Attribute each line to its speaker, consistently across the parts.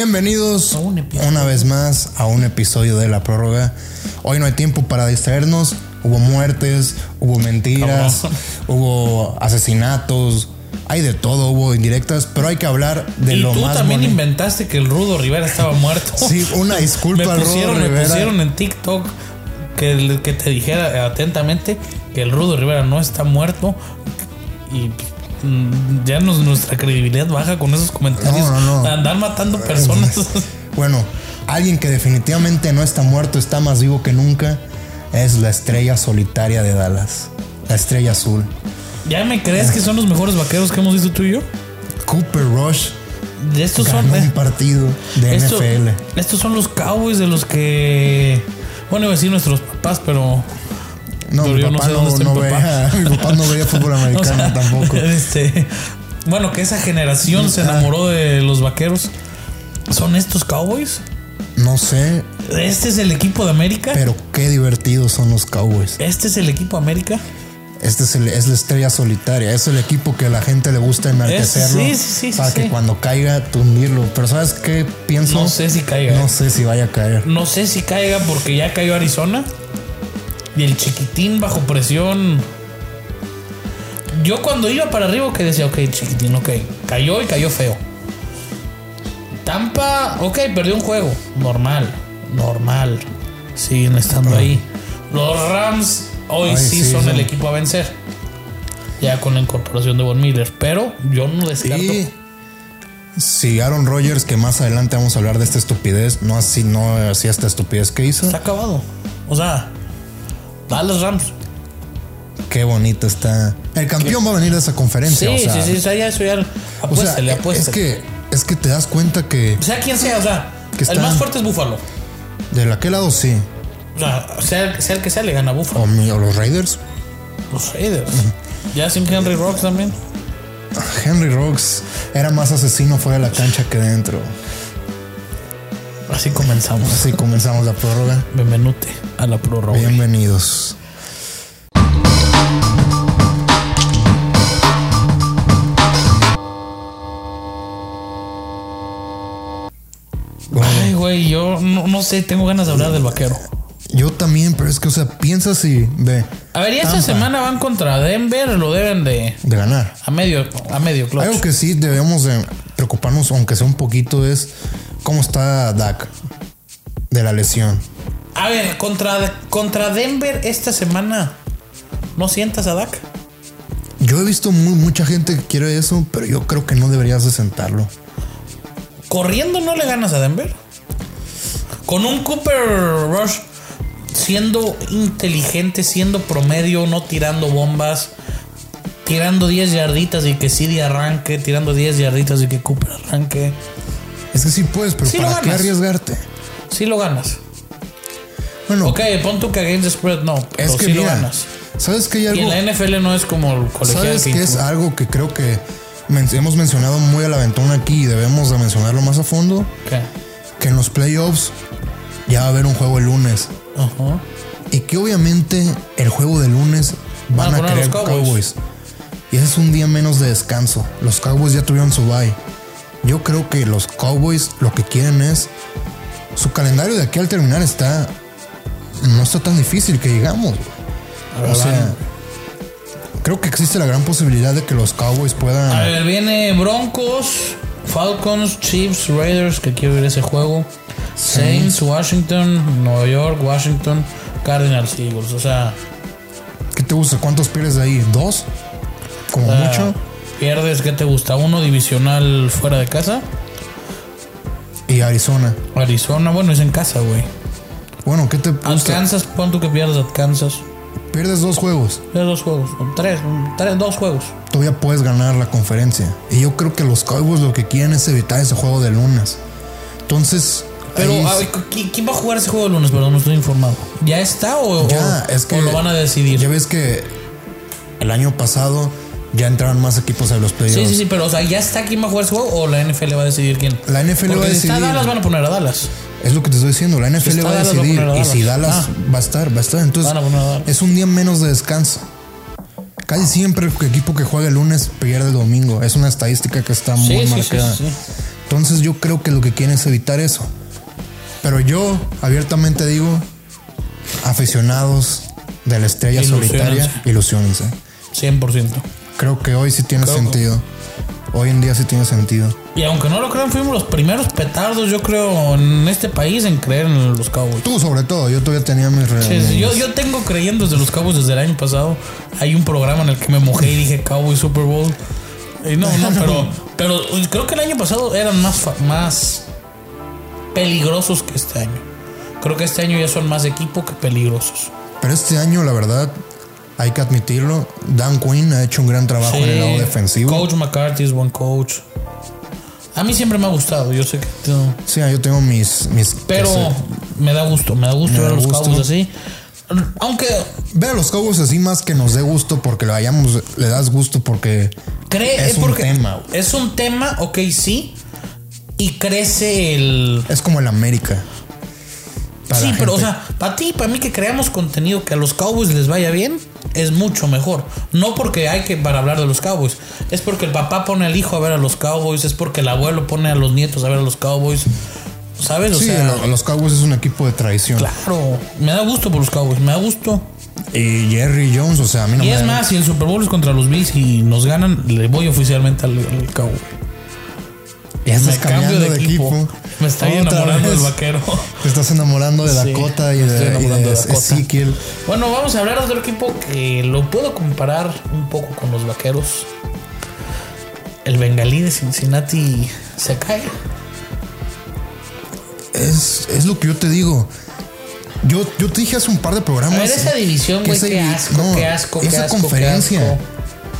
Speaker 1: Bienvenidos
Speaker 2: A un episodio.
Speaker 1: una vez más a un episodio de La Prórroga. Hoy no hay tiempo para distraernos. Hubo muertes, hubo mentiras,
Speaker 2: Cabrón.
Speaker 1: hubo asesinatos, hay de todo, hubo indirectas, pero hay que hablar de
Speaker 2: y
Speaker 1: lo
Speaker 2: tú
Speaker 1: más
Speaker 2: también
Speaker 1: bonito.
Speaker 2: inventaste que el Rudo Rivera estaba muerto.
Speaker 1: Sí, una disculpa
Speaker 2: me
Speaker 1: al Rudo
Speaker 2: pusieron, me
Speaker 1: Rivera.
Speaker 2: pusieron en TikTok que, el- que te dijera atentamente que el Rudo Rivera no está muerto y mm, ya nos- nuestra credibilidad baja con esos comentarios.
Speaker 1: No, no, Pues, no.
Speaker 2: Andar matando personas.
Speaker 1: Bueno, alguien que definitivamente no está muerto, está más vivo que nunca, es la estrella solitaria de Dallas, la estrella azul.
Speaker 2: ¿Ya me crees que son los mejores vaqueros que hemos visto tú y yo?
Speaker 1: Cooper Rush
Speaker 2: De estos son... eh,
Speaker 1: ganó un partido de
Speaker 2: esto-
Speaker 1: NFL.
Speaker 2: estos son los Cowboys de los que... Bueno, iba a decir nuestros papás, pero...
Speaker 1: No,
Speaker 2: Pero
Speaker 1: mi
Speaker 2: yo no
Speaker 1: papá
Speaker 2: sé
Speaker 1: no,
Speaker 2: dónde está
Speaker 1: no
Speaker 2: mi papá.
Speaker 1: veía, mi papá no veía fútbol americano
Speaker 2: O sea,
Speaker 1: tampoco. ah.
Speaker 2: Este, bueno, que esa generación se enamoró de los vaqueros. ¿Son estos Cowboys?
Speaker 1: No sé,
Speaker 2: ¿Este es el equipo de América?
Speaker 1: pero qué divertidos son los Cowboys.
Speaker 2: ¿Este es el equipo América?
Speaker 1: Este es, el- es la estrella solitaria, es el equipo que a la gente le gusta enaltecerlo
Speaker 2: sí, sí, sí,
Speaker 1: para
Speaker 2: sí,
Speaker 1: que
Speaker 2: sí.
Speaker 1: cuando caiga tú hundirlo. Pero ¿sabes qué pienso?
Speaker 2: No sé si caiga. ¿eh?
Speaker 1: No sé si vaya a caer.
Speaker 2: No sé si caiga porque ya cayó Arizona. Y el chiquitín bajo presión. Yo cuando iba para arriba que decía, ok, chiquitín, ok. Cayó y cayó feo. Tampa, ok, perdió un juego. Normal, normal. Siguen estando ahí. Los Rams hoy
Speaker 1: Ay,
Speaker 2: sí,
Speaker 1: sí,
Speaker 2: son
Speaker 1: son-
Speaker 2: el equipo a vencer. Ya con la incorporación de Von Miller. Pero yo no descarto.
Speaker 1: Y si Aaron Rodgers, que más adelante vamos a hablar de esta estupidez, no así, no hacía esta estupidez que hizo.
Speaker 2: Está acabado. O sea, a los Rams.
Speaker 1: Qué bonito está. El campeón va a venir de esa
Speaker 2: Sí,
Speaker 1: conferencia. o sea,
Speaker 2: sí, sí, o sea, ya eso ya.
Speaker 1: o sea,
Speaker 2: Apuéstale,
Speaker 1: es
Speaker 2: apuéstale.
Speaker 1: que es que te das cuenta que
Speaker 2: sea quien sea, o sea,
Speaker 1: Que
Speaker 2: el
Speaker 1: está-
Speaker 2: más fuerte es Búfalo.
Speaker 1: de aquel lado sí,
Speaker 2: O sea, sea, sea el que sea, le gana a Búfalo.
Speaker 1: o, mi- o los Raiders,
Speaker 2: Los Raiders. Ya sin Henry Rocks también.
Speaker 1: Henry Rocks era más asesino fuera de la cancha que dentro.
Speaker 2: Así comenzamos.
Speaker 1: Así comenzamos la prórroga.
Speaker 2: Bienvenute a la prórroga.
Speaker 1: Bienvenidos.
Speaker 2: Ay, güey, yo no, no sé, tengo ganas de hablar del vaquero.
Speaker 1: Yo también, pero es que, o sea, piensa si ve
Speaker 2: A ver, y esta
Speaker 1: Tampa.
Speaker 2: semana van contra Denver, lo deben de.
Speaker 1: de ganar.
Speaker 2: A medio, a medio clutch.
Speaker 1: Algo que sí debemos de preocuparnos, aunque sea un poquito, es cómo está Dak de la lesión.
Speaker 2: A ver, contra, contra Denver esta semana. ¿No sientas a Dak?
Speaker 1: Yo he visto mu- mucha gente que quiere eso, pero yo creo que no deberías de sentarlo.
Speaker 2: Corriendo no le ganas a Denver. Con un Cooper Rush siendo inteligente, siendo promedio, no tirando bombas, tirando 10 yarditas y que Siri arranque, tirando 10 yarditas y que Cooper arranque.
Speaker 1: Es que sí puedes, pero
Speaker 2: Sí lo
Speaker 1: ¿para qué
Speaker 2: ganas.
Speaker 1: arriesgarte?
Speaker 2: Sí lo ganas.
Speaker 1: Bueno,
Speaker 2: Ok, pon tú que against the spread no, pero
Speaker 1: es que
Speaker 2: sí lo
Speaker 1: mira,
Speaker 2: ganas.
Speaker 1: ¿sabes que hay
Speaker 2: Y
Speaker 1: algo?
Speaker 2: en la NFL no es como el colegial
Speaker 1: ¿Sabes
Speaker 2: que
Speaker 1: que es
Speaker 2: incluye-
Speaker 1: algo que creo que men- hemos mencionado muy al aventón aquí y debemos de mencionarlo más a fondo?
Speaker 2: ¿Qué?
Speaker 1: Que en los playoffs ya va a haber un juego el lunes.
Speaker 2: Ajá.
Speaker 1: Y que obviamente el juego de lunes van
Speaker 2: Van a
Speaker 1: a
Speaker 2: poner a
Speaker 1: querer
Speaker 2: los
Speaker 1: Cowboys.
Speaker 2: Cowboys.
Speaker 1: Y ese es un día menos de descanso. Los Cowboys ya tuvieron su bye. Yo creo que los Cowboys lo que quieren es. Su calendario de aquí al terminar está. No está tan difícil que digamos. O sea. Creo que existe la gran posibilidad de que los Cowboys
Speaker 2: A
Speaker 1: puedan.
Speaker 2: ver, viene Broncos, Falcons, Chiefs, Raiders, que quiero ver ese juego. Saints, Washington, Nueva York, Washington, Cardinals, Eagles. O sea,
Speaker 1: ¿Qué te gusta? ¿Cuántos pierdes de ahí? ¿Dos? Como
Speaker 2: ah,
Speaker 1: mucho.
Speaker 2: pierdes, ¿qué te gusta? Uno divisional fuera de casa.
Speaker 1: Y Arizona.
Speaker 2: Arizona, bueno, es en casa, güey.
Speaker 1: Bueno, ¿qué te
Speaker 2: Al
Speaker 1: gusta?
Speaker 2: Kansas, pon tú que pierdas a Kansas.
Speaker 1: Pierdes dos juegos.
Speaker 2: Es dos juegos, o tres, tres, dos juegos.
Speaker 1: todavía puedes ganar la conferencia. Y yo creo que los Cowboys lo que quieren es evitar ese juego de lunas. Entonces,
Speaker 2: Pero,
Speaker 1: ahí-
Speaker 2: a ver, ¿qui- ¿quién va a jugar ese juego el lunes? Perdón, no estoy informado. ¿Ya está o,
Speaker 1: Ya,
Speaker 2: o-
Speaker 1: es que-
Speaker 2: o lo van a decidir?
Speaker 1: ya ves que el año pasado ya entraron más equipos a los playoffs.
Speaker 2: Sí, sí, sí, pero o sea, ¿ya está quién va a jugar ese juego o la NFL va a decidir quién?
Speaker 1: La NFL
Speaker 2: Porque
Speaker 1: va a
Speaker 2: si está
Speaker 1: decidir.
Speaker 2: Dallas, van a poner a Dallas.
Speaker 1: Es lo que te estoy diciendo. La NFL
Speaker 2: está
Speaker 1: va a
Speaker 2: Dallas, va a
Speaker 1: decidir.
Speaker 2: poner a
Speaker 1: y si
Speaker 2: Dallas. Ah.
Speaker 1: Dallas va a estar, va a estar. Entonces,
Speaker 2: Van a poner a Dallas.
Speaker 1: es un día menos de descanso. Casi siempre el equipo que juega el lunes pierde el domingo. Es una estadística que está muy
Speaker 2: sí, sí,
Speaker 1: marcada.
Speaker 2: sí, sí.
Speaker 1: Entonces yo creo que lo que quieren es evitar eso. Pero yo abiertamente digo, aficionados de la estrella
Speaker 2: Ilusiónense.
Speaker 1: solitaria, ilusiones. ¿eh?
Speaker 2: 100%.
Speaker 1: Creo que hoy sí tiene
Speaker 2: Creo que-
Speaker 1: sentido. Hoy en día sí tiene sentido.
Speaker 2: Y aunque no lo crean, fuimos los primeros petardos, yo creo, en este país en creer en los Cowboys.
Speaker 1: Tú sobre todo, yo todavía tenía mis
Speaker 2: Sí, sí, yo,
Speaker 1: reuniones.
Speaker 2: yo tengo creyendo desde los Cowboys desde el año pasado. Hay un programa en el que me mojé y dije Cowboys Super Bowl. Y no, no, pero, pero creo que el año pasado eran más, fa- más peligrosos que este año. Creo que este año ya son más equipo que peligrosos.
Speaker 1: Pero este año, la verdad, hay que admitirlo. Dan Quinn ha hecho un gran trabajo en el lado
Speaker 2: Sí,
Speaker 1: defensivo.
Speaker 2: Coach McCarthy es buen coach. A mí siempre me ha gustado, yo sé que... tú-
Speaker 1: Sí, yo tengo mis. mis
Speaker 2: Pero
Speaker 1: que
Speaker 2: me da gusto, me da gusto
Speaker 1: Me
Speaker 2: ver
Speaker 1: da
Speaker 2: a los
Speaker 1: gusto.
Speaker 2: Cowboys así. Aunque
Speaker 1: se- Ve a los Cowboys así más que nos dé gusto porque lo hayamos. Le das gusto porque.
Speaker 2: cree
Speaker 1: Es un
Speaker 2: porque
Speaker 1: tema, güey.
Speaker 2: es un tema, ok, sí. Y crece el
Speaker 1: Es como el América. Para
Speaker 2: Sí,
Speaker 1: la
Speaker 2: pero o
Speaker 1: gente.
Speaker 2: sea, para ti, para mí que creamos contenido que a los Cowboys les vaya bien es mucho mejor. No porque hay que para hablar de los Cowboys, es porque el papá pone al hijo a ver a los Cowboys, es porque el abuelo pone a los nietos a ver a los Cowboys. ¿Sabes? O
Speaker 1: Sí,
Speaker 2: sea,
Speaker 1: lo- los Cowboys es un equipo de traición.
Speaker 2: claro, me da gusto por los Cowboys, me da gusto.
Speaker 1: Y Jerry Jones, o sea, a mí no
Speaker 2: Y
Speaker 1: me
Speaker 2: es
Speaker 1: da-
Speaker 2: más, si el Super Bowl es contra los Bills y nos ganan, le voy oficialmente al, al Cowboy.
Speaker 1: Ya estás
Speaker 2: Me cambio
Speaker 1: cambiando
Speaker 2: de equipo. Me estoy
Speaker 1: Otra
Speaker 2: enamorando
Speaker 1: vez.
Speaker 2: del vaquero.
Speaker 1: Te estás enamorando de
Speaker 2: Sí,
Speaker 1: Dakota y
Speaker 2: me estoy
Speaker 1: de, y
Speaker 2: enamorando
Speaker 1: de
Speaker 2: de Dakota.
Speaker 1: Ezekiel.
Speaker 2: Bueno, vamos a hablar de otro equipo que lo puedo comparar un poco con los vaqueros. El bengalí de Cincinnati se cae.
Speaker 1: Es, es lo que yo te digo. Yo, yo te dije hace un par de
Speaker 2: A
Speaker 1: programas.
Speaker 2: ver, esa división,
Speaker 1: que
Speaker 2: güey,
Speaker 1: esa
Speaker 2: qué
Speaker 1: divi-
Speaker 2: asco,
Speaker 1: no,
Speaker 2: qué asco, qué
Speaker 1: Esa
Speaker 2: asco,
Speaker 1: conferencia.
Speaker 2: qué asco.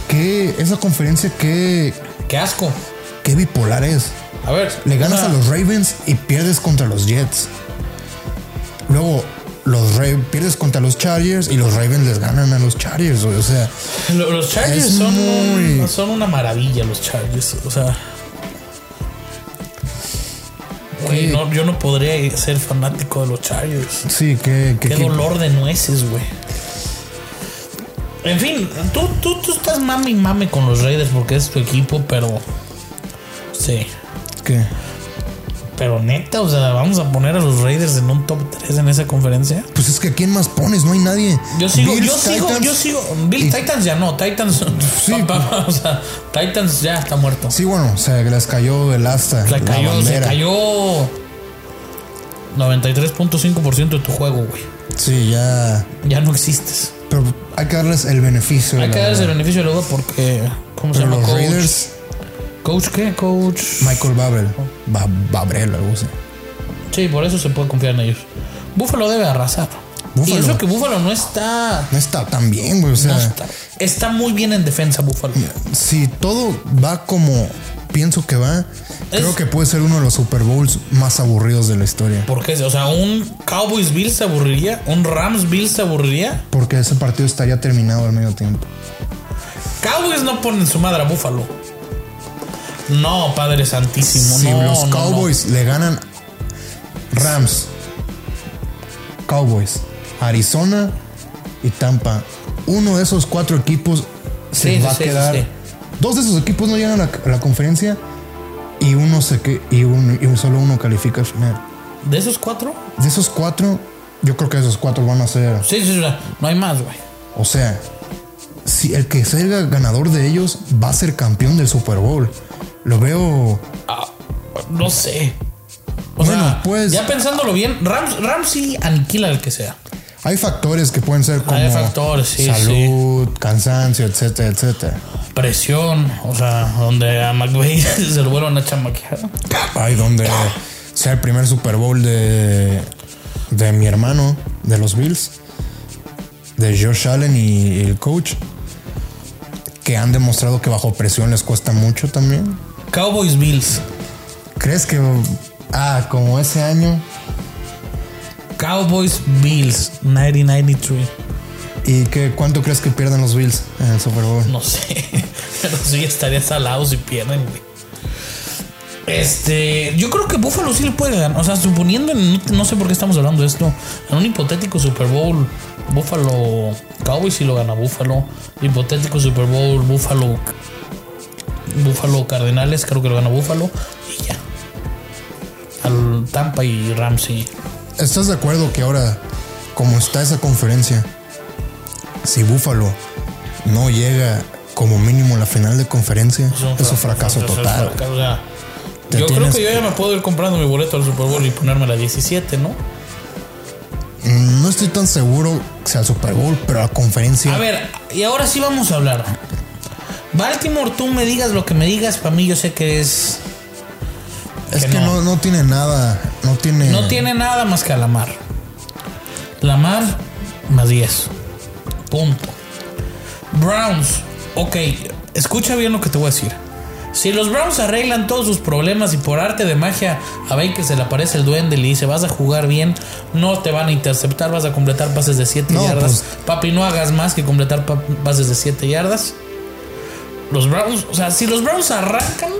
Speaker 1: Que, esa conferencia que,
Speaker 2: Qué asco.
Speaker 1: que bipolar es.
Speaker 2: A ver.
Speaker 1: Le ganas
Speaker 2: una-
Speaker 1: a los Ravens y pierdes contra los Jets. Luego los Ra- pierdes contra los Chargers y los Ravens les ganan a los Chargers. güey. O sea,
Speaker 2: lo- Los Chargers
Speaker 1: Es
Speaker 2: son, un-
Speaker 1: muy-
Speaker 2: son una maravilla, los Chargers. O sea. Güey,
Speaker 1: Qué-
Speaker 2: no, yo no podría ser fanático de los Chargers.
Speaker 1: sí, que, que
Speaker 2: Qué dolor de nueces, güey. En fin, tú, tú, tú estás mami y mame con los Raiders porque es tu equipo, pero. Sí.
Speaker 1: que-
Speaker 2: Pero neta, o sea, vamos a poner a los Raiders en un top 3 en esa conferencia.
Speaker 1: Pues es que a quién más pones, no hay nadie.
Speaker 2: Yo sigo,
Speaker 1: Bills,
Speaker 2: yo sigo,
Speaker 1: Titans,
Speaker 2: yo sigo. Bill
Speaker 1: y-
Speaker 2: Titans ya no, Titans.
Speaker 1: Sí.
Speaker 2: pa- pa- o sea, Titans ya está muerto.
Speaker 1: Sí, bueno, se les cayó el asta.
Speaker 2: Se
Speaker 1: la
Speaker 2: cayó, se
Speaker 1: bandera.
Speaker 2: cayó 93.5% de tu juego, güey.
Speaker 1: Sí, ya.
Speaker 2: Ya no existes.
Speaker 1: Pero hay que darles el beneficio. de
Speaker 2: Hay
Speaker 1: la
Speaker 2: que darles el
Speaker 1: duda.
Speaker 2: beneficio de la duda porque. ¿Cómo se
Speaker 1: Pero
Speaker 2: llama?
Speaker 1: los
Speaker 2: Coach?
Speaker 1: Raiders,
Speaker 2: ¿Coach qué? Coach.
Speaker 1: Michael Babel. Ba Babrel, algo así.
Speaker 2: Sí, por eso se puede confiar en ellos. Buffalo debe arrasar.
Speaker 1: Buffalo. Ah.
Speaker 2: Y eso que Buffalo no está.
Speaker 1: No está tan bien, güey. O sea,
Speaker 2: no está, está muy bien en defensa, Buffalo.
Speaker 1: si todo va como pienso que va, creo que puede ser uno de los Super Bowls más aburridos de la historia.
Speaker 2: Porque, o sea, un Cowboys Bill se aburriría, un Rams Bill se aburriría.
Speaker 1: Porque ese partido estaría terminado al medio tiempo.
Speaker 2: Cowboys no ponen su madre a Buffalo. No, Padre Santísimo.
Speaker 1: si
Speaker 2: no,
Speaker 1: los
Speaker 2: no, no.
Speaker 1: Cowboys le ganan Rams, Cowboys, Arizona y Tampa, uno de esos cuatro equipos se
Speaker 2: Sí,
Speaker 1: va
Speaker 2: sí,
Speaker 1: a
Speaker 2: sí,
Speaker 1: quedar.
Speaker 2: sí.
Speaker 1: Dos de esos equipos no llegan a la, a la conferencia y uno se que y, un- y solo uno califica al final.
Speaker 2: ¿De esos cuatro?
Speaker 1: De esos cuatro, yo creo que esos cuatro van a ser.
Speaker 2: Sí, sí, sí. No hay más, güey.
Speaker 1: O sea, si el que salga ganador de ellos va a ser campeón del Super Bowl. Lo veo.
Speaker 2: Ah, no sé. O
Speaker 1: Bueno,
Speaker 2: sea,
Speaker 1: pues-
Speaker 2: ya pensándolo bien, Rams, Rams sí aniquila al que sea.
Speaker 1: Hay factores que pueden ser como
Speaker 2: Hay factores, sí,
Speaker 1: salud, cansancio, etcétera, etcétera.
Speaker 2: presión, o sea, donde a McVeigh se lo vuelvan a chamaquear.
Speaker 1: Hay donde sea el primer Super Bowl de, de mi hermano, de los Bills, de Josh Allen y el coach, que han demostrado que bajo presión les cuesta mucho también.
Speaker 2: Cowboys Bills,
Speaker 1: ¿Crees que, ah, como ese año
Speaker 2: Cowboys Bills, 1993.
Speaker 1: ¿Y qué, cuánto crees que pierdan los Bills en el Super Bowl?
Speaker 2: No sé, pero sí estaría salado si pierden, güey. Este, yo creo que Buffalo sí le puede ganar. O sea, suponiendo, no, no sé por qué estamos hablando de esto, en un hipotético Super Bowl, Buffalo Cowboys sí lo gana Buffalo. Hipotético Super Bowl, Buffalo, Buffalo Cardenales, creo que lo gana Buffalo. Y ya. Tampa y Ramsey.
Speaker 1: ¿Estás de acuerdo que ahora, como está esa conferencia, si Buffalo no llega como mínimo a la final de conferencia,
Speaker 2: Es un
Speaker 1: es un fracaso
Speaker 2: fracaso, es un
Speaker 1: total.
Speaker 2: fracaso, o sea,
Speaker 1: Te
Speaker 2: yo creo
Speaker 1: tienes
Speaker 2: que yo ya me puedo ir comprando mi boleto al Super Bowl y ponerme la 17, ¿no?
Speaker 1: Mm, No estoy tan seguro que sea el Super Bowl, pero la conferencia.
Speaker 2: A ver, y ahora sí vamos a hablar. Baltimore, tú me digas lo que me digas, para mí yo sé que es.
Speaker 1: es
Speaker 2: que
Speaker 1: que
Speaker 2: no.
Speaker 1: no. no tiene nada. No tiene.
Speaker 2: No tiene nada más que a Lamar. Lamar más 10. Punto. Browns, ok, escucha bien lo que te voy a decir. Si los Browns arreglan todos sus problemas y por arte de magia a Baker se le aparece el duende y le dice vas a jugar bien, no te van a interceptar, vas a completar pases de 7
Speaker 1: No,
Speaker 2: yardas.
Speaker 1: pues-
Speaker 2: Papi, no hagas más que completar pa- pases de 7 yardas. Los Browns, o sea, si los Browns arrancan,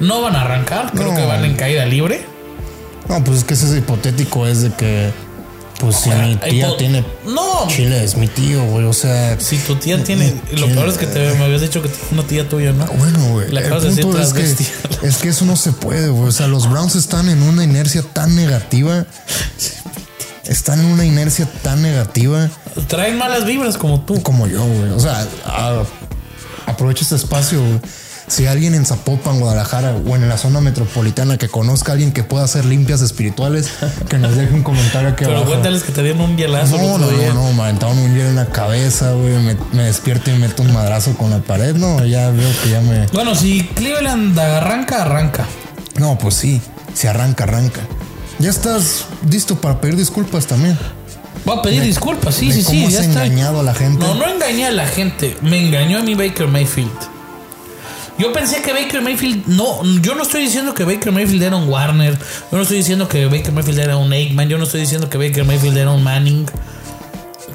Speaker 2: no van a arrancar, creo
Speaker 1: No.
Speaker 2: que van en caída libre.
Speaker 1: No, pues es que ese hipotético es de que. Pues si mi
Speaker 2: Ay,
Speaker 1: tía
Speaker 2: po-
Speaker 1: tiene.
Speaker 2: No,
Speaker 1: Chile es mi tío, güey. O sea.
Speaker 2: si tu tía tiene. Lo
Speaker 1: Chile.
Speaker 2: peor es que te, me habías dicho que tiene una tía tuya, ¿no?
Speaker 1: Bueno, güey.
Speaker 2: Le
Speaker 1: El
Speaker 2: acabas de decir
Speaker 1: punto es que,
Speaker 2: transvestida.
Speaker 1: es que eso no se puede, güey. O sea, los Browns están en una inercia tan negativa. Están en una inercia tan negativa
Speaker 2: Traen malas vibras como tú.
Speaker 1: como yo, güey. O sea, a- aprovecha este espacio, güey. Si alguien en Zapopan, Guadalajara o en la zona metropolitana que conozca a alguien que pueda hacer limpias espirituales, que nos deje un comentario que
Speaker 2: Pero cuéntales que te dieron un vialazo el
Speaker 1: No,
Speaker 2: otro
Speaker 1: no,
Speaker 2: día.
Speaker 1: no, no, me aventaron un hielo en la cabeza, güey. Me, me despierto y meto un madrazo con la pared. No, ya veo que ya me.
Speaker 2: Bueno, si Cleveland arranca, arranca.
Speaker 1: No, pues sí, se arranca, arranca. Ya estás listo para pedir disculpas también.
Speaker 2: Va a pedir disculpas, sí,
Speaker 1: de
Speaker 2: sí, sí,
Speaker 1: cómo
Speaker 2: ya
Speaker 1: has
Speaker 2: está.
Speaker 1: engañado a la gente.
Speaker 2: No, no engañé a la gente. Me engañó a mi Baker Mayfield. Yo pensé que Baker Mayfield. No, yo no estoy diciendo que Baker Mayfield era un Warner. Yo no estoy diciendo que Baker Mayfield era un Aikman. Yo no estoy diciendo que Baker Mayfield era un Manning.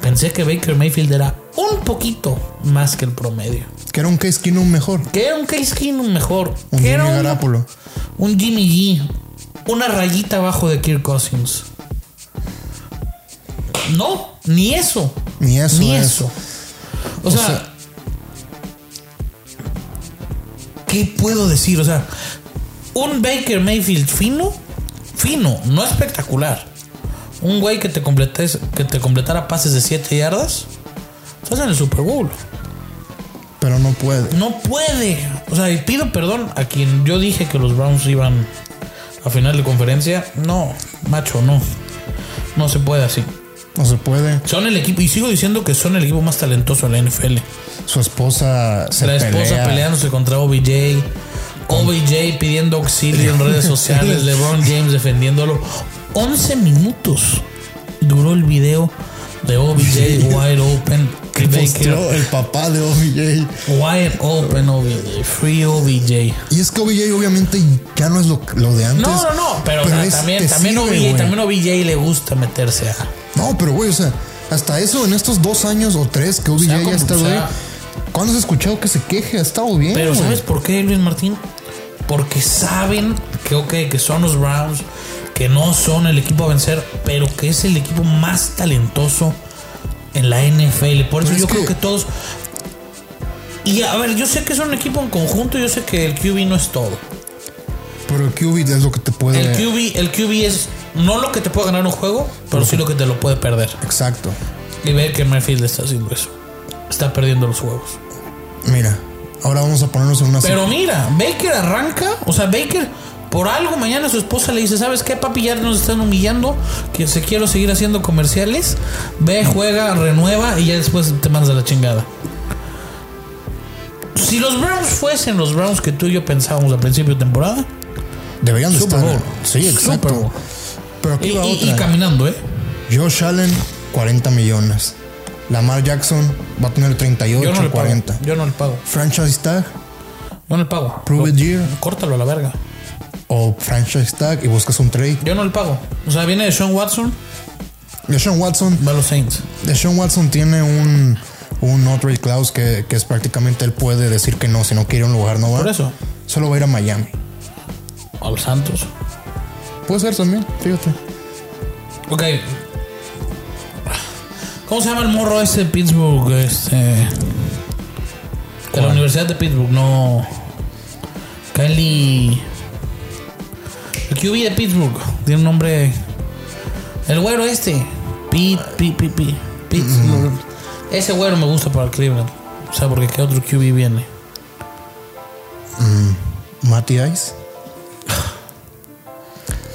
Speaker 2: Pensé que Baker Mayfield era un poquito más que el promedio.
Speaker 1: Que era un case que no un mejor.
Speaker 2: Que era un Case Keenum mejor.
Speaker 1: Un
Speaker 2: que era
Speaker 1: Jimmy
Speaker 2: un-
Speaker 1: Garapolo.
Speaker 2: un Jimmy G. Una rayita abajo de Kirk Cousins. No, ni eso.
Speaker 1: Ni eso,
Speaker 2: Ni
Speaker 1: es.
Speaker 2: eso. O, sea,
Speaker 1: sea-
Speaker 2: ¿qué puedo decir? O sea, un Baker Mayfield fino, fino, no espectacular. Un güey que te, completes, que te completara pases de 7 yardas, estás en el Super Bowl.
Speaker 1: Pero no puede.
Speaker 2: No puede. O sea, y pido perdón a quien yo dije que los Browns iban a final de conferencia. No, macho, no. No se puede así.
Speaker 1: No se puede.
Speaker 2: Son el equipo, y sigo diciendo que son el equipo más talentoso de la NFL.
Speaker 1: Su esposa se
Speaker 2: la esposa
Speaker 1: pelea.
Speaker 2: peleándose contra OBJ. OBJ pidiendo auxilio en redes sociales. LeBron James defendiéndolo. 11 minutos duró el video de OBJ wide open.
Speaker 1: Que
Speaker 2: Baker,
Speaker 1: posteó el papá de OBJ.
Speaker 2: Wide open OBJ. Free OBJ.
Speaker 1: Y es que OBJ obviamente ya no es lo, lo de antes.
Speaker 2: No, no, no, pero, o sea,
Speaker 1: es-
Speaker 2: también,
Speaker 1: te
Speaker 2: también,
Speaker 1: sirve,
Speaker 2: OBJ,
Speaker 1: güey.
Speaker 2: también OBJ le gusta meterse a.
Speaker 1: No, pero güey, o sea, hasta eso en estos dos años o tres que OBJ
Speaker 2: sea,
Speaker 1: ya
Speaker 2: como-
Speaker 1: está,
Speaker 2: o
Speaker 1: güey.
Speaker 2: sea-
Speaker 1: ¿Cuándo has escuchado que se queje? Ha estado bien,
Speaker 2: Pero
Speaker 1: güey.
Speaker 2: ¿sabes por qué, Luis Martín? Porque saben que, ok, que son los Browns, que no son el equipo a vencer, pero que es el equipo más talentoso en la NFL. Por eso
Speaker 1: Pero es
Speaker 2: yo creo
Speaker 1: que-
Speaker 2: que todos. Y a ver, yo sé que es un equipo en conjunto, yo sé que el QB no es todo.
Speaker 1: Pero el QB es lo que te puede.
Speaker 2: El QB, el QB es no lo que te puede ganar un juego, pero sí lo que te lo puede perder.
Speaker 1: Exacto.
Speaker 2: Y ver que Merfield está haciendo eso. Está perdiendo los juegos.
Speaker 1: Mira, ahora vamos a ponernos en una
Speaker 2: Pero mira, Baker arranca, o sea, Baker por algo mañana su esposa le dice, ¿sabes qué, papi? Ya nos están humillando, que se quiero seguir haciendo comerciales, ve, juega, renueva y ya después te mandas a la chingada. Si los Browns fuesen los Browns que tú y yo pensábamos al principio de temporada,
Speaker 1: Deberían de
Speaker 2: Super
Speaker 1: estar.
Speaker 2: Bowl.
Speaker 1: Sí, exacto.
Speaker 2: Super Bowl.
Speaker 1: Pero aquí
Speaker 2: y,
Speaker 1: va
Speaker 2: y- y
Speaker 1: otra.
Speaker 2: caminando, ¿eh?
Speaker 1: Josh Allen, 40 millones. Lamar Jackson va a tener 38,
Speaker 2: Yo no le pago.
Speaker 1: 40.
Speaker 2: Yo no le pago.
Speaker 1: Franchise tag
Speaker 2: Yo no le pago.
Speaker 1: Prove it year.
Speaker 2: Córtalo a la verga.
Speaker 1: o franchise tag y buscas un trade.
Speaker 2: Yo no le pago. O sea, viene de Sean Watson,
Speaker 1: Deshaun Watson,
Speaker 2: va a los Saints.
Speaker 1: Deshaun Watson tiene un, un no trade clause que, que es prácticamente él puede decir que no, si no quiere un lugar no va.
Speaker 2: Por eso,
Speaker 1: Solo va a ir a Miami.
Speaker 2: a los Santos.
Speaker 1: Puede ser también, fíjate.
Speaker 2: Ok. ¿Cómo se llama el morro ese de Pittsburgh? Este. De la Universidad de Pittsburgh, no. Kylie. QB de Pittsburgh. Tiene un nombre. El güero este. Pit, Pit, Pit, Pit, Pittsburgh. Ese güero me gusta para el Cleveland. O sea, porque qué otro QB viene.
Speaker 1: Matty Ice.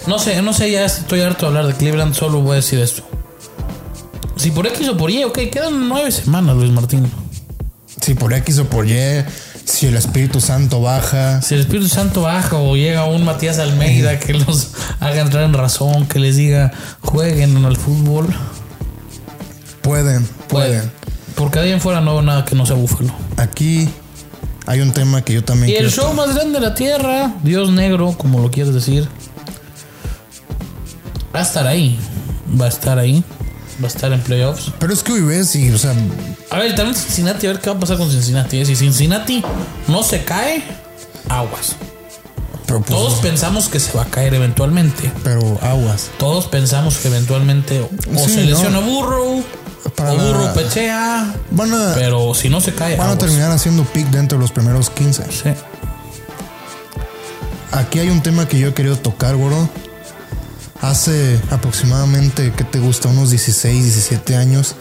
Speaker 2: No sé, no sé, ya estoy harto de hablar de Cleveland, solo voy a decir esto. Si por X o por Y, ok, quedan nueve semanas, Luis Martín.
Speaker 1: Si por X o por Y, si el Espíritu Santo baja.
Speaker 2: Si el Espíritu Santo baja o llega un Matías Almeida que los haga entrar en razón, que les diga jueguen al fútbol,
Speaker 1: Pueden, pueden.
Speaker 2: pueden. Porque de ahí en fuera no veo nada que no sea búfalo.
Speaker 1: Aquí hay un tema que yo también
Speaker 2: Y el
Speaker 1: quiero
Speaker 2: show más grande de la tierra, Dios Negro, como lo quieres decir, va a estar ahí. Va a estar ahí. Va a estar en playoffs.
Speaker 1: Pero es que hoy ves y, o sea,
Speaker 2: A ver, también Cincinnati, a ver qué va a pasar con Cincinnati. eh. Si Cincinnati no se cae, aguas.
Speaker 1: pero, pues,
Speaker 2: Todos pensamos que se va a caer eventualmente.
Speaker 1: pero aguas.
Speaker 2: Todos pensamos que eventualmente o
Speaker 1: Sí,
Speaker 2: se
Speaker 1: ¿no?
Speaker 2: lesiona Burrow,
Speaker 1: Para
Speaker 2: o
Speaker 1: la-
Speaker 2: Burrow pechea,
Speaker 1: Van a,
Speaker 2: pero si no se cae.
Speaker 1: van a
Speaker 2: aguas.
Speaker 1: terminar haciendo pick dentro de los primeros 15.
Speaker 2: Sí.
Speaker 1: Aquí hay un tema que yo he querido tocar, bro. Hace aproximadamente, ¿qué te gusta? Unos 16, 17 años.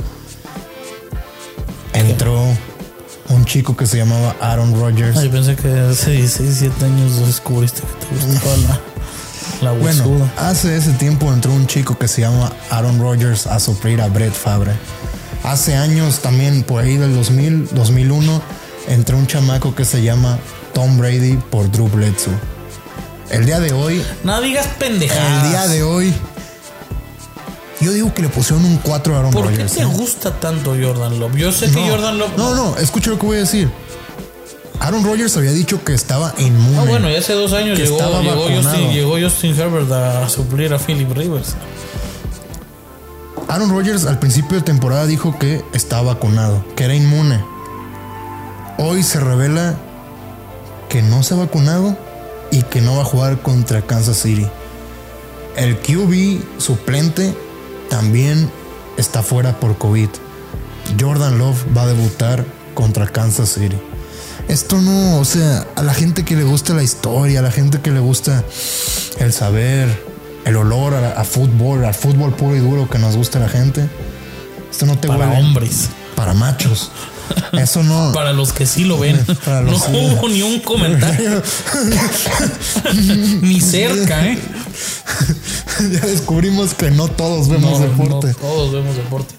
Speaker 1: Entró un chico que se llamaba Aaron
Speaker 2: Ah,
Speaker 1: Rodgers.
Speaker 2: Yo pensé que hace 16, 7 años descubriste que te gustaba la, la
Speaker 1: Bueno,
Speaker 2: huesuda.
Speaker 1: hace ese tiempo entró un chico que se llama Aaron Rodgers a suplir a Brett Favre. Hace años también, por ahí del 2000, 2001, entró un chamaco que se llama Tom Brady por Drew Bledsoe. El día de hoy
Speaker 2: No digas pendejadas.
Speaker 1: el día de hoy. Yo digo que le pusieron un 4 a Aaron
Speaker 2: ¿Por qué
Speaker 1: Rodgers.
Speaker 2: te
Speaker 1: ¿eh?
Speaker 2: gusta tanto Jordan Love? Yo sé que Jordan Love.
Speaker 1: no, no, escucha lo que voy a decir. Aaron Rodgers había dicho que estaba inmune.
Speaker 2: Ah, bueno, y hace dos años
Speaker 1: Que
Speaker 2: llegó,
Speaker 1: estaba
Speaker 2: llegó,
Speaker 1: vacunado.
Speaker 2: Justin, llegó Justin Herbert a suplir a Philip Rivers.
Speaker 1: Aaron Rodgers al principio de temporada dijo que estaba vacunado, que era inmune. Hoy se revela que no se ha vacunado y que no va a jugar contra Kansas City. El QB suplente también está fuera por COVID. Jordan Love va a debutar contra Kansas City. Esto no, o sea, a la gente que le gusta la historia, a la gente que le gusta el saber, el olor a, a fútbol, al fútbol puro y duro que nos gusta a la gente. Esto no te
Speaker 2: Para
Speaker 1: huele.
Speaker 2: hombres.
Speaker 1: Para machos. Eso no.
Speaker 2: Para los que sí lo ven.
Speaker 1: Para
Speaker 2: no
Speaker 1: los sí.
Speaker 2: hubo ni un comentario. ni cerca, ¿eh?
Speaker 1: ya descubrimos que no todos vemos
Speaker 2: No,
Speaker 1: deporte.
Speaker 2: no todos vemos deporte.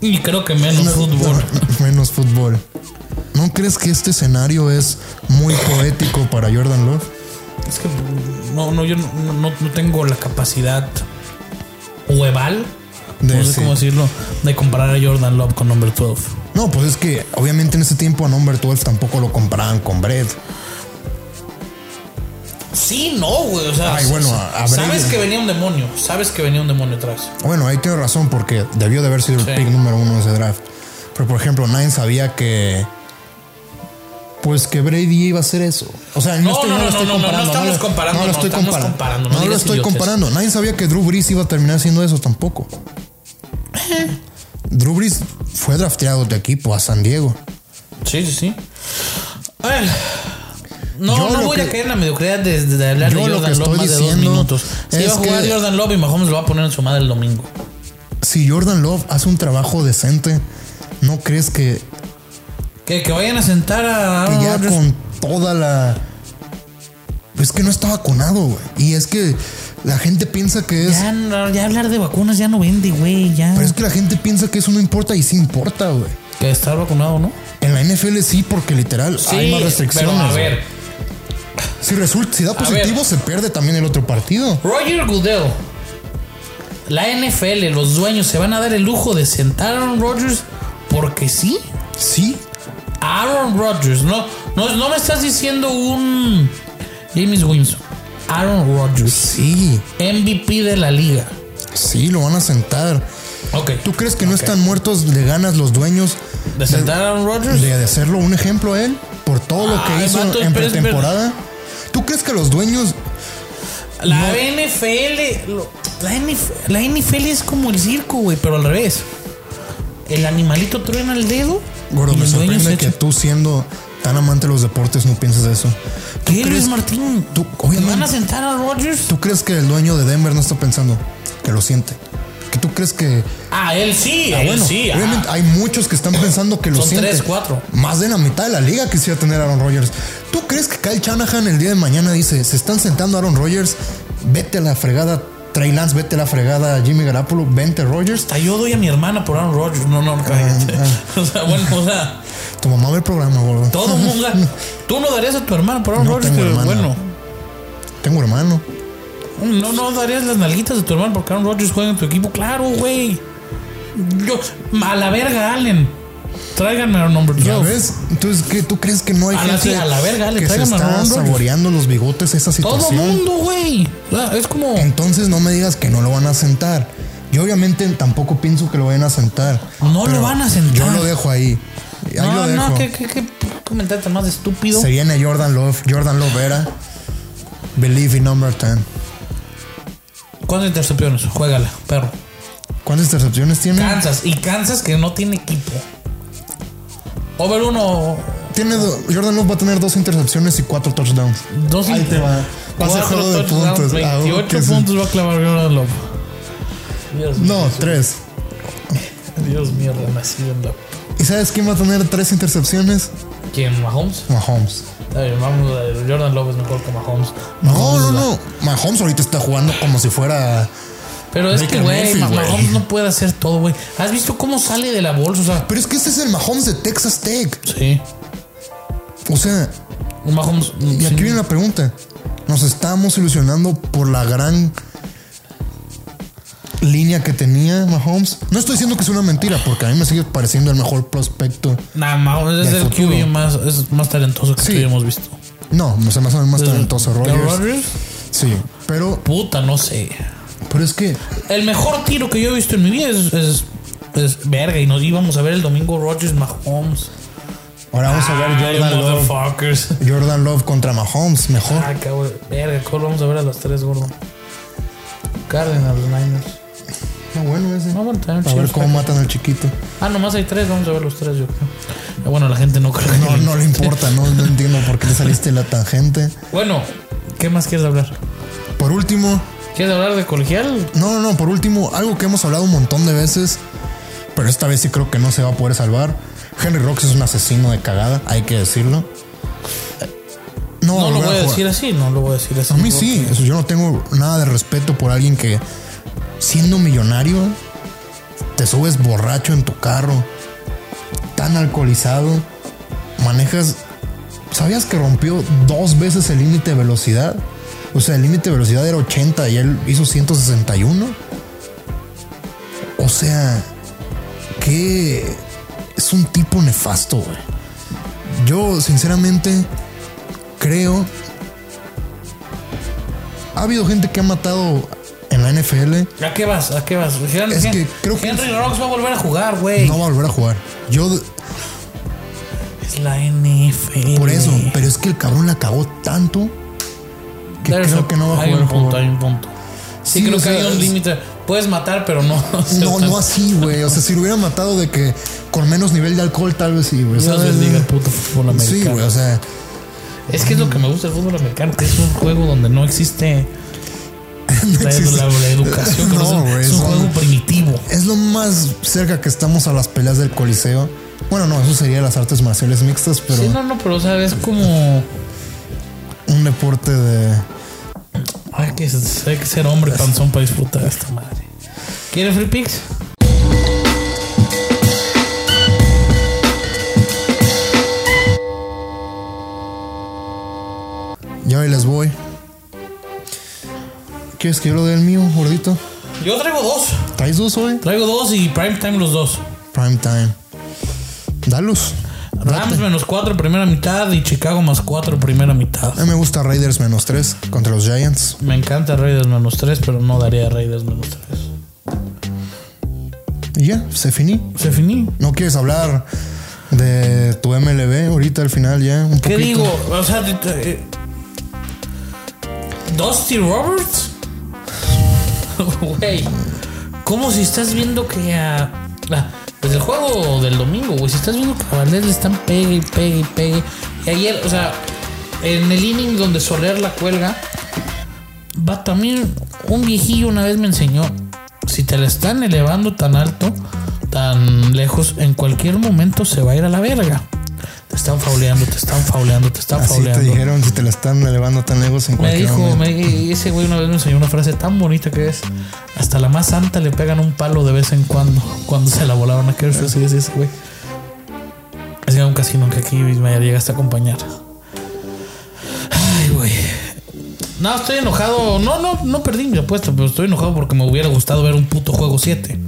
Speaker 2: Y creo que menos
Speaker 1: No,
Speaker 2: fútbol.
Speaker 1: no, menos fútbol. ¿No crees que este escenario es muy poético para Jordan Love?
Speaker 2: Es que no, no, yo no, no- no tengo la capacidad hueval,
Speaker 1: De
Speaker 2: no sé
Speaker 1: decir-
Speaker 2: cómo decirlo, de comparar a Jordan Love con Number 12.
Speaker 1: No, pues es que obviamente en ese tiempo a Number 12 tampoco lo comparaban con Brett.
Speaker 2: Sí, no, güey. O sea,
Speaker 1: Ay, bueno, a- a
Speaker 2: sabes
Speaker 1: Brady.
Speaker 2: que venía un demonio. Sabes que venía un demonio atrás.
Speaker 1: Bueno, ahí tiene razón porque debió de haber sido
Speaker 2: Sí.
Speaker 1: el pick número uno de ese draft. Pero por ejemplo, nadie sabía que. Pues que Brady iba a hacer eso. O sea, no,
Speaker 2: No,
Speaker 1: estoy,
Speaker 2: no,
Speaker 1: lo
Speaker 2: no,
Speaker 1: estoy
Speaker 2: no, no, no
Speaker 1: comparando.
Speaker 2: estamos
Speaker 1: lo-
Speaker 2: comparando,
Speaker 1: No
Speaker 2: no
Speaker 1: lo estoy
Speaker 2: estamos
Speaker 1: comparando.
Speaker 2: comparando, no
Speaker 1: No lo
Speaker 2: digas
Speaker 1: estoy
Speaker 2: idioteces.
Speaker 1: comparando. Nadie sabía que Drew Brees iba a terminar haciendo eso tampoco. Drew Brees fue drafteado de equipo a San Diego.
Speaker 2: Sí, sí, sí. Ay, No,
Speaker 1: Yo
Speaker 2: no
Speaker 1: lo
Speaker 2: voy
Speaker 1: que-
Speaker 2: a caer en la mediocridad de, de hablar de
Speaker 1: Yo lo que
Speaker 2: Jordan Love
Speaker 1: estoy
Speaker 2: más de dos
Speaker 1: diciendo
Speaker 2: minutos. Si
Speaker 1: es
Speaker 2: va a jugar
Speaker 1: que-
Speaker 2: Jordan Love y Mahomes lo va a poner en su madre el domingo.
Speaker 1: Si Jordan Love hace un trabajo decente, ¿no crees que,
Speaker 2: Que, que vayan a sentar a.
Speaker 1: que ya
Speaker 2: a-
Speaker 1: con toda la. Es que no está vacunado, güey. Y es que la gente piensa que es.
Speaker 2: Ya, no- ya hablar de vacunas ya no vende, güey. Ya.
Speaker 1: Pero es que la gente piensa que eso no importa y sí importa, güey.
Speaker 2: Que estar vacunado, ¿no?
Speaker 1: En la NFL sí, porque literal hay más restricciones.
Speaker 2: Pero a
Speaker 1: güey.
Speaker 2: ver,
Speaker 1: si resulta, si da positivo,
Speaker 2: ver.
Speaker 1: se pierde también el otro partido.
Speaker 2: Roger Goodell, la NFL, los dueños se van a dar el lujo de sentar a Aaron Rodgers porque sí.
Speaker 1: Sí,
Speaker 2: A Aaron Rodgers, no, no, no me estás diciendo un James Winston. Aaron Rodgers,
Speaker 1: sí,
Speaker 2: MVP de la liga.
Speaker 1: sí, lo van a sentar.
Speaker 2: Ok.
Speaker 1: ¿Tú crees que no están muertos de ganas los dueños
Speaker 2: ¿De sentar a Aaron Rodgers?
Speaker 1: de, de hacerlo un ejemplo a él por todo lo que
Speaker 2: Ay,
Speaker 1: hizo
Speaker 2: Ah, vato,
Speaker 1: en
Speaker 2: pero es
Speaker 1: pretemporada? ¿Tú crees que los dueños
Speaker 2: La NFL, lo- la NFL, la NFL es como el circo, güey, pero al revés. El animalito truena el dedo.
Speaker 1: Gordo,
Speaker 2: y
Speaker 1: me
Speaker 2: el dueño
Speaker 1: sorprende
Speaker 2: se
Speaker 1: que
Speaker 2: echa-
Speaker 1: tú siendo tan amante de los deportes no piensas eso. ¿Tú
Speaker 2: ¿Qué, Luis
Speaker 1: crees-
Speaker 2: Martín?
Speaker 1: tú-
Speaker 2: ¿Te van a
Speaker 1: obviamente,
Speaker 2: sentar a Rodgers?
Speaker 1: ¿tú crees que el dueño de Denver no está pensando que lo siente? ¿Que tú crees que
Speaker 2: Ah, él sí, él
Speaker 1: bueno,
Speaker 2: sí. ah.
Speaker 1: obviamente hay muchos que están pensando que lo
Speaker 2: Son
Speaker 1: siente.
Speaker 2: tres, cuatro.
Speaker 1: Más de la mitad de la liga quisiera tener a Aaron Rodgers. ¿Tú crees que Kyle Shanahan el día de mañana dice, se están sentando a Aaron Rodgers? Vete a la fregada, Trey Lance, vete a la fregada, Jimmy Garapolo, vente Rodgers.
Speaker 2: Hasta yo doy a mi hermana por Aaron Rodgers. No,
Speaker 1: Ah,
Speaker 2: no, cállate. O sea, bueno, o sea,
Speaker 1: Tu mamá ve el programa, gordo.
Speaker 2: todo el mundo. Tú no darías a tu hermana por Aaron
Speaker 1: No
Speaker 2: Rodgers,
Speaker 1: tengo
Speaker 2: pero
Speaker 1: hermana.
Speaker 2: bueno.
Speaker 1: Tengo hermano.
Speaker 2: No, no darías las nalguitas de tu hermano porque Aaron Rodgers juega en tu equipo. Claro, güey. Yo, a la verga, Allen. Tráiganme a nombre
Speaker 1: ¿Ya
Speaker 2: 12.
Speaker 1: ves? Entonces, ¿qué, ¿tú crees que no hay
Speaker 2: A la-
Speaker 1: gente
Speaker 2: Ah, sí, a la verga, le
Speaker 1: que se
Speaker 2: traigan a
Speaker 1: está
Speaker 2: Aaron Rodgers?
Speaker 1: saboreando los bigotes esa
Speaker 2: Todo
Speaker 1: situación?
Speaker 2: mundo, güey. O sea, Es como.
Speaker 1: Entonces no me digas que no lo van a sentar. Yo obviamente tampoco pienso que lo vayan a sentar.
Speaker 2: No lo
Speaker 1: pero
Speaker 2: van a sentar.
Speaker 1: Yo lo dejo ahí. Ahí lo
Speaker 2: No,
Speaker 1: dejo.
Speaker 2: no, ¿qué, qué, qué comentario tan más estúpido.
Speaker 1: Se viene Jordan Love, Jordan Love era. Believe in number 10.
Speaker 2: ¿Cuántas intercepciones? Juégala, perro.
Speaker 1: ¿Cuántas intercepciones tiene?
Speaker 2: Kansas. Y Kansas que no tiene equipo. Over uno.
Speaker 1: tiene do- Jordan Love va a tener dos intercepciones y cuatro touchdowns.
Speaker 2: Dos
Speaker 1: Ahí te va. Pasa
Speaker 2: cuatro
Speaker 1: juego de
Speaker 2: touchdowns,
Speaker 1: puntos. Ah,
Speaker 2: 28
Speaker 1: ok, sí.
Speaker 2: puntos va a clavar Jordan Love. Dios
Speaker 1: No,
Speaker 2: mío,
Speaker 1: tres.
Speaker 2: Dios mierda, nacido en la.
Speaker 1: ¿Y sabes quién va a tener tres intercepciones?
Speaker 2: ¿Quién? ¿Mahomes?
Speaker 1: Mahomes.
Speaker 2: Ay, vamos, eh, Jordan Love es mejor que Mahomes.
Speaker 1: No, no, no. Mahomes ahorita está jugando como si fuera.
Speaker 2: Pero es
Speaker 1: Baker
Speaker 2: que, güey,
Speaker 1: Mayfield,
Speaker 2: Ma-
Speaker 1: güey.
Speaker 2: Mahomes no puede hacer todo, güey. ¿Has visto cómo sale de la bolsa? O sea,
Speaker 1: Pero es que este es el Mahomes de Texas Tech.
Speaker 2: sí.
Speaker 1: O sea,
Speaker 2: Un Mahomes. mm,
Speaker 1: y
Speaker 2: sí.
Speaker 1: aquí viene la pregunta. Nos estamos ilusionando por la gran línea que tenía Mahomes. No estoy diciendo que es una mentira, porque a mí me sigue pareciendo el mejor prospecto.
Speaker 2: Nah, Mahomes es
Speaker 1: del
Speaker 2: el
Speaker 1: futuro.
Speaker 2: QB más, es más talentoso que
Speaker 1: Sí.
Speaker 2: hubiéramos visto.
Speaker 1: No, no se me hace más
Speaker 2: Desde-
Speaker 1: talentoso
Speaker 2: ¿De
Speaker 1: Rodgers. Sí, pero,
Speaker 2: Puta, no sé.
Speaker 1: pero es que
Speaker 2: El mejor tiro que yo he visto en mi vida es, es, es verga. Y nos íbamos a ver el domingo Rodgers Mahomes.
Speaker 1: ahora vamos a
Speaker 2: Ay,
Speaker 1: ver Jordan Love.
Speaker 2: motherfuckers.
Speaker 1: Jordan Love contra Mahomes, mejor.
Speaker 2: Ah, cabrón. Verga, ¿cómo lo vamos a ver a las tres, gordo? Cardinals, Niners.
Speaker 1: Ah, bueno ese.
Speaker 2: No, bueno, también
Speaker 1: A ver
Speaker 2: Chiefs,
Speaker 1: cómo matan al chiquito.
Speaker 2: Ah, nomás hay tres, vamos a ver los tres, yo creo. Ah, Bueno, la gente no creo que
Speaker 1: No, no le importa, no, no entiendo por qué te saliste de la tangente.
Speaker 2: Bueno, ¿qué más quieres hablar?
Speaker 1: Por último,
Speaker 2: ¿Quieres hablar de colegial?
Speaker 1: No, no, no, por último, algo que hemos hablado un montón de veces, pero esta vez sí creo que no se va a poder salvar. Henry Rocks es un asesino de cagada, hay que decirlo. No, va
Speaker 2: No lo
Speaker 1: volver
Speaker 2: voy a
Speaker 1: jugar.
Speaker 2: decir así, no lo voy a decir así.
Speaker 1: A mí sí, eso, yo no tengo nada de respeto por alguien que, siendo millonario, te subes borracho en tu carro, tan alcoholizado, manejas. ¿Sabías que rompió dos veces el límite de velocidad? O sea, el límite de velocidad era 80 y él hizo 161. O sea, que es un tipo nefasto, güey. Yo, sinceramente, creo ha habido gente que ha matado en la NFL.
Speaker 2: ¿A qué vas? ¿A qué vas? Henry,
Speaker 1: Es que creo que-
Speaker 2: Henry Rocks va a volver a jugar, güey.
Speaker 1: No va a volver a jugar. Yo,
Speaker 2: Es la NFL.
Speaker 1: por eso, pero es que el cabrón la cagó tanto que
Speaker 2: There's
Speaker 1: creo
Speaker 2: a-
Speaker 1: que no va a
Speaker 2: Hay
Speaker 1: jugar.
Speaker 2: un punto,
Speaker 1: jugar.
Speaker 2: hay un punto. Sí,
Speaker 1: Sí,
Speaker 2: creo
Speaker 1: o
Speaker 2: que
Speaker 1: sea,
Speaker 2: hay
Speaker 1: es-
Speaker 2: un límite. Puedes matar, pero no. o sea,
Speaker 1: No,
Speaker 2: tan-
Speaker 1: no así, güey. O sea, si lo hubieran matado de que con menos nivel de alcohol, tal vez sí, güey.
Speaker 2: Dios
Speaker 1: ¿sabes?
Speaker 2: bendiga el puto fútbol americano.
Speaker 1: Sí, güey. O sea,
Speaker 2: Es que es lo que me gusta del fútbol americano, que es un juego donde no existe la,
Speaker 1: existe-
Speaker 2: la- la educación. que
Speaker 1: No,
Speaker 2: no, es,
Speaker 1: güey,
Speaker 2: es un
Speaker 1: son-
Speaker 2: juego primitivo.
Speaker 1: es lo más cerca que estamos a las peleas del Coliseo. Bueno, no, eso sería las artes marciales mixtas, pero
Speaker 2: Sí, no, no, pero o sea, es como.
Speaker 1: un deporte de.
Speaker 2: Hay que, hay que ser hombre panzón para disfrutar esta madre. ¿Quieres free picks?
Speaker 1: Ya ahí les voy. ¿Quieres que yo lo dé el mío, gordito?
Speaker 2: Yo traigo dos.
Speaker 1: ¿Traes dos hoy?
Speaker 2: Traigo dos y prime time los dos.
Speaker 1: Prime time. Dalos.
Speaker 2: Rams menos cuatro primera mitad y Chicago más cuatro primera mitad.
Speaker 1: A mí me gusta Raiders menos 3 contra los Giants.
Speaker 2: Me encanta Raiders menos tres, pero no daría Raiders menos tres.
Speaker 1: Y ya, se finí.
Speaker 2: Se finí.
Speaker 1: ¿No quieres hablar de tu MLB ahorita al final ya? Un
Speaker 2: ¿Qué
Speaker 1: poquito?
Speaker 2: digo? O sea, de- de- eh, Dusty Roberts. Güey, ¿cómo si estás viendo que a. pues, a- desde el juego del domingo, güey, si estás viendo que a Valdés le están pegue y pegue y pegue Y ayer, o sea, en el inning donde Soler la cuelga, va también un viejillo una vez me enseñó, si te la están elevando tan alto, tan lejos, en cualquier momento se va a ir a la verga. Te están fauleando, te están fauleando, te están
Speaker 1: Así te
Speaker 2: fauleando.
Speaker 1: dijeron si te la están elevando tan lejos en
Speaker 2: Me
Speaker 1: cualquier
Speaker 2: dijo,
Speaker 1: momento.
Speaker 2: me, y ese güey una vez me enseñó una frase tan bonita que es: Hasta la más santa le pegan un palo de vez en cuando. Cuando se la volaban a Kershaw, sí, es ese güey. Es un casino que aquí me llegaste a acompañar. Ay, güey. No, estoy enojado. No, no, no perdí mi apuesta, pero estoy enojado porque me hubiera gustado ver un puto juego 7.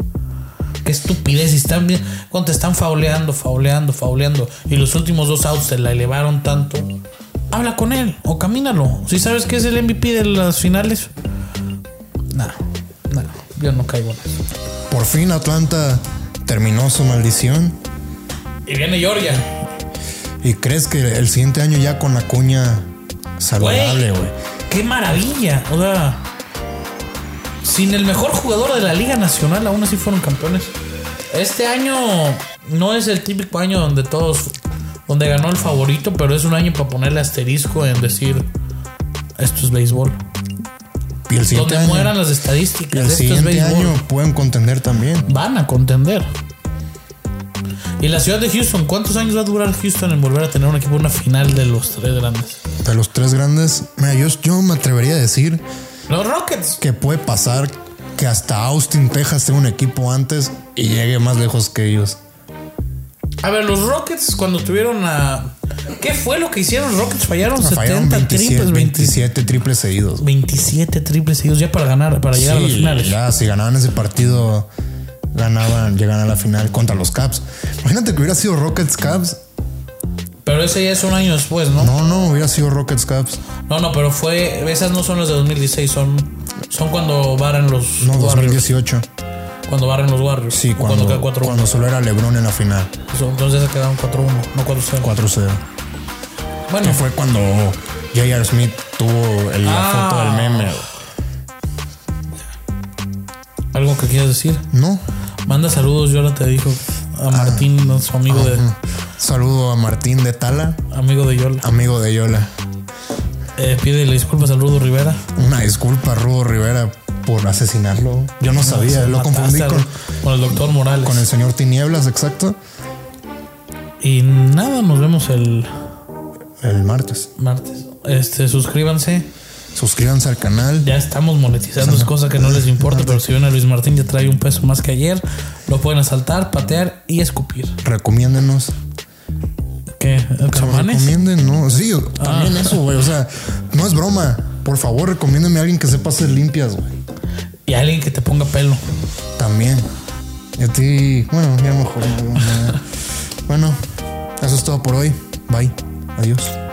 Speaker 2: Qué estupidez. y Están bien. Cuando te están fauleando, fauleando, fauleando. Y los últimos dos outs se la elevaron tanto. Habla con él o camínalo. Si sabes que es el MVP de las finales. Nah, nah. Yo no caigo en eso.
Speaker 1: Por fin Atlanta terminó su maldición.
Speaker 2: Y viene Georgia.
Speaker 1: ¿Y crees que el siguiente año ya con Acuña saludable, güey?
Speaker 2: Qué maravilla. O sea, sin el mejor jugador de la Liga Nacional, aún así fueron campeones. Este año no es el típico año donde todos, donde ganó el favorito, pero es un año para ponerle asterisco en decir esto es béisbol.
Speaker 1: Y el siguiente
Speaker 2: Donde
Speaker 1: año,
Speaker 2: mueran las
Speaker 1: y
Speaker 2: estadísticas,
Speaker 1: el
Speaker 2: esto es
Speaker 1: siguiente
Speaker 2: béisbol.
Speaker 1: año pueden contender también.
Speaker 2: Van a contender. Y la ciudad de Houston, ¿cuántos años va a durar Houston en volver a tener un equipo en una final de los tres grandes?
Speaker 1: De los tres grandes, mira, yo, yo me atrevería a decir
Speaker 2: Los Rockets.
Speaker 1: que puede pasar que hasta Austin, Texas tenga un equipo antes y llegue más lejos que ellos.
Speaker 2: A ver, los Rockets cuando tuvieron a. ¿Qué fue lo que hicieron los Rockets? Fallaron 70
Speaker 1: Ah, Fallaron 27,
Speaker 2: Pues triples, 27.
Speaker 1: 27 triples seguidos.
Speaker 2: 27 triples seguidos ya para ganar, para llegar a las
Speaker 1: Sí,
Speaker 2: finales.
Speaker 1: ya, si ganaban ese partido, ganaban, llegan a la final contra los Caps. Imagínate que hubiera sido Rockets Caps.
Speaker 2: Pero ese ya es un año después, ¿no?
Speaker 1: No, no, hubiera sido Rockets Caps.
Speaker 2: No, no, pero fue. Esas no son las de 2016, son. Son cuando barren los
Speaker 1: No,
Speaker 2: Warriors.
Speaker 1: 2018.
Speaker 2: Cuando barren los Warriors.
Speaker 1: Sí,
Speaker 2: O
Speaker 1: cuando,
Speaker 2: queda 4-1.
Speaker 1: cuando, solo era LeBron en la final.
Speaker 2: Entonces se quedaron 4-1, no 4-0.
Speaker 1: 4-0.
Speaker 2: Bueno,
Speaker 1: Que fue cuando J.R. Smith tuvo el- la
Speaker 2: Ah.
Speaker 1: foto del meme.
Speaker 2: algo que quieras decir.
Speaker 1: No.
Speaker 2: Manda saludos, yo ahora te dijo
Speaker 1: Ah.
Speaker 2: a Martín, su amigo de
Speaker 1: Saludo a Martín de Tala,
Speaker 2: amigo de Yola.
Speaker 1: amigo de Yola.
Speaker 2: Eh, pídele disculpas a Rudo Rivera.
Speaker 1: Una disculpa a Rudo Rivera por asesinarlo. Yo no sabía,
Speaker 2: Se
Speaker 1: lo
Speaker 2: mataste
Speaker 1: confundí
Speaker 2: al-
Speaker 1: con,
Speaker 2: con el doctor Morales.
Speaker 1: con el señor Tinieblas, exacto.
Speaker 2: Y nada, nos vemos el
Speaker 1: El martes.
Speaker 2: martes. Este, suscríbanse.
Speaker 1: Suscríbanse al canal.
Speaker 2: Ya estamos monetizando, es cosa que no les importa, pero si ven a Luis Martín ya trae un peso más que ayer, lo pueden asaltar, patear y escupir.
Speaker 1: Recomiéndenos.
Speaker 2: ¿Qué? ¿Camanes?
Speaker 1: Recomienden, ¿no? Sí, también eso, güey. O sea, no es broma. Por favor, recomiéndeme a alguien que sepa hacer limpias, güey.
Speaker 2: Y alguien que te ponga pelo.
Speaker 1: También. Y a ti, bueno, ya mejor. no, no, no. bueno, eso es todo por hoy. Bye. Adiós.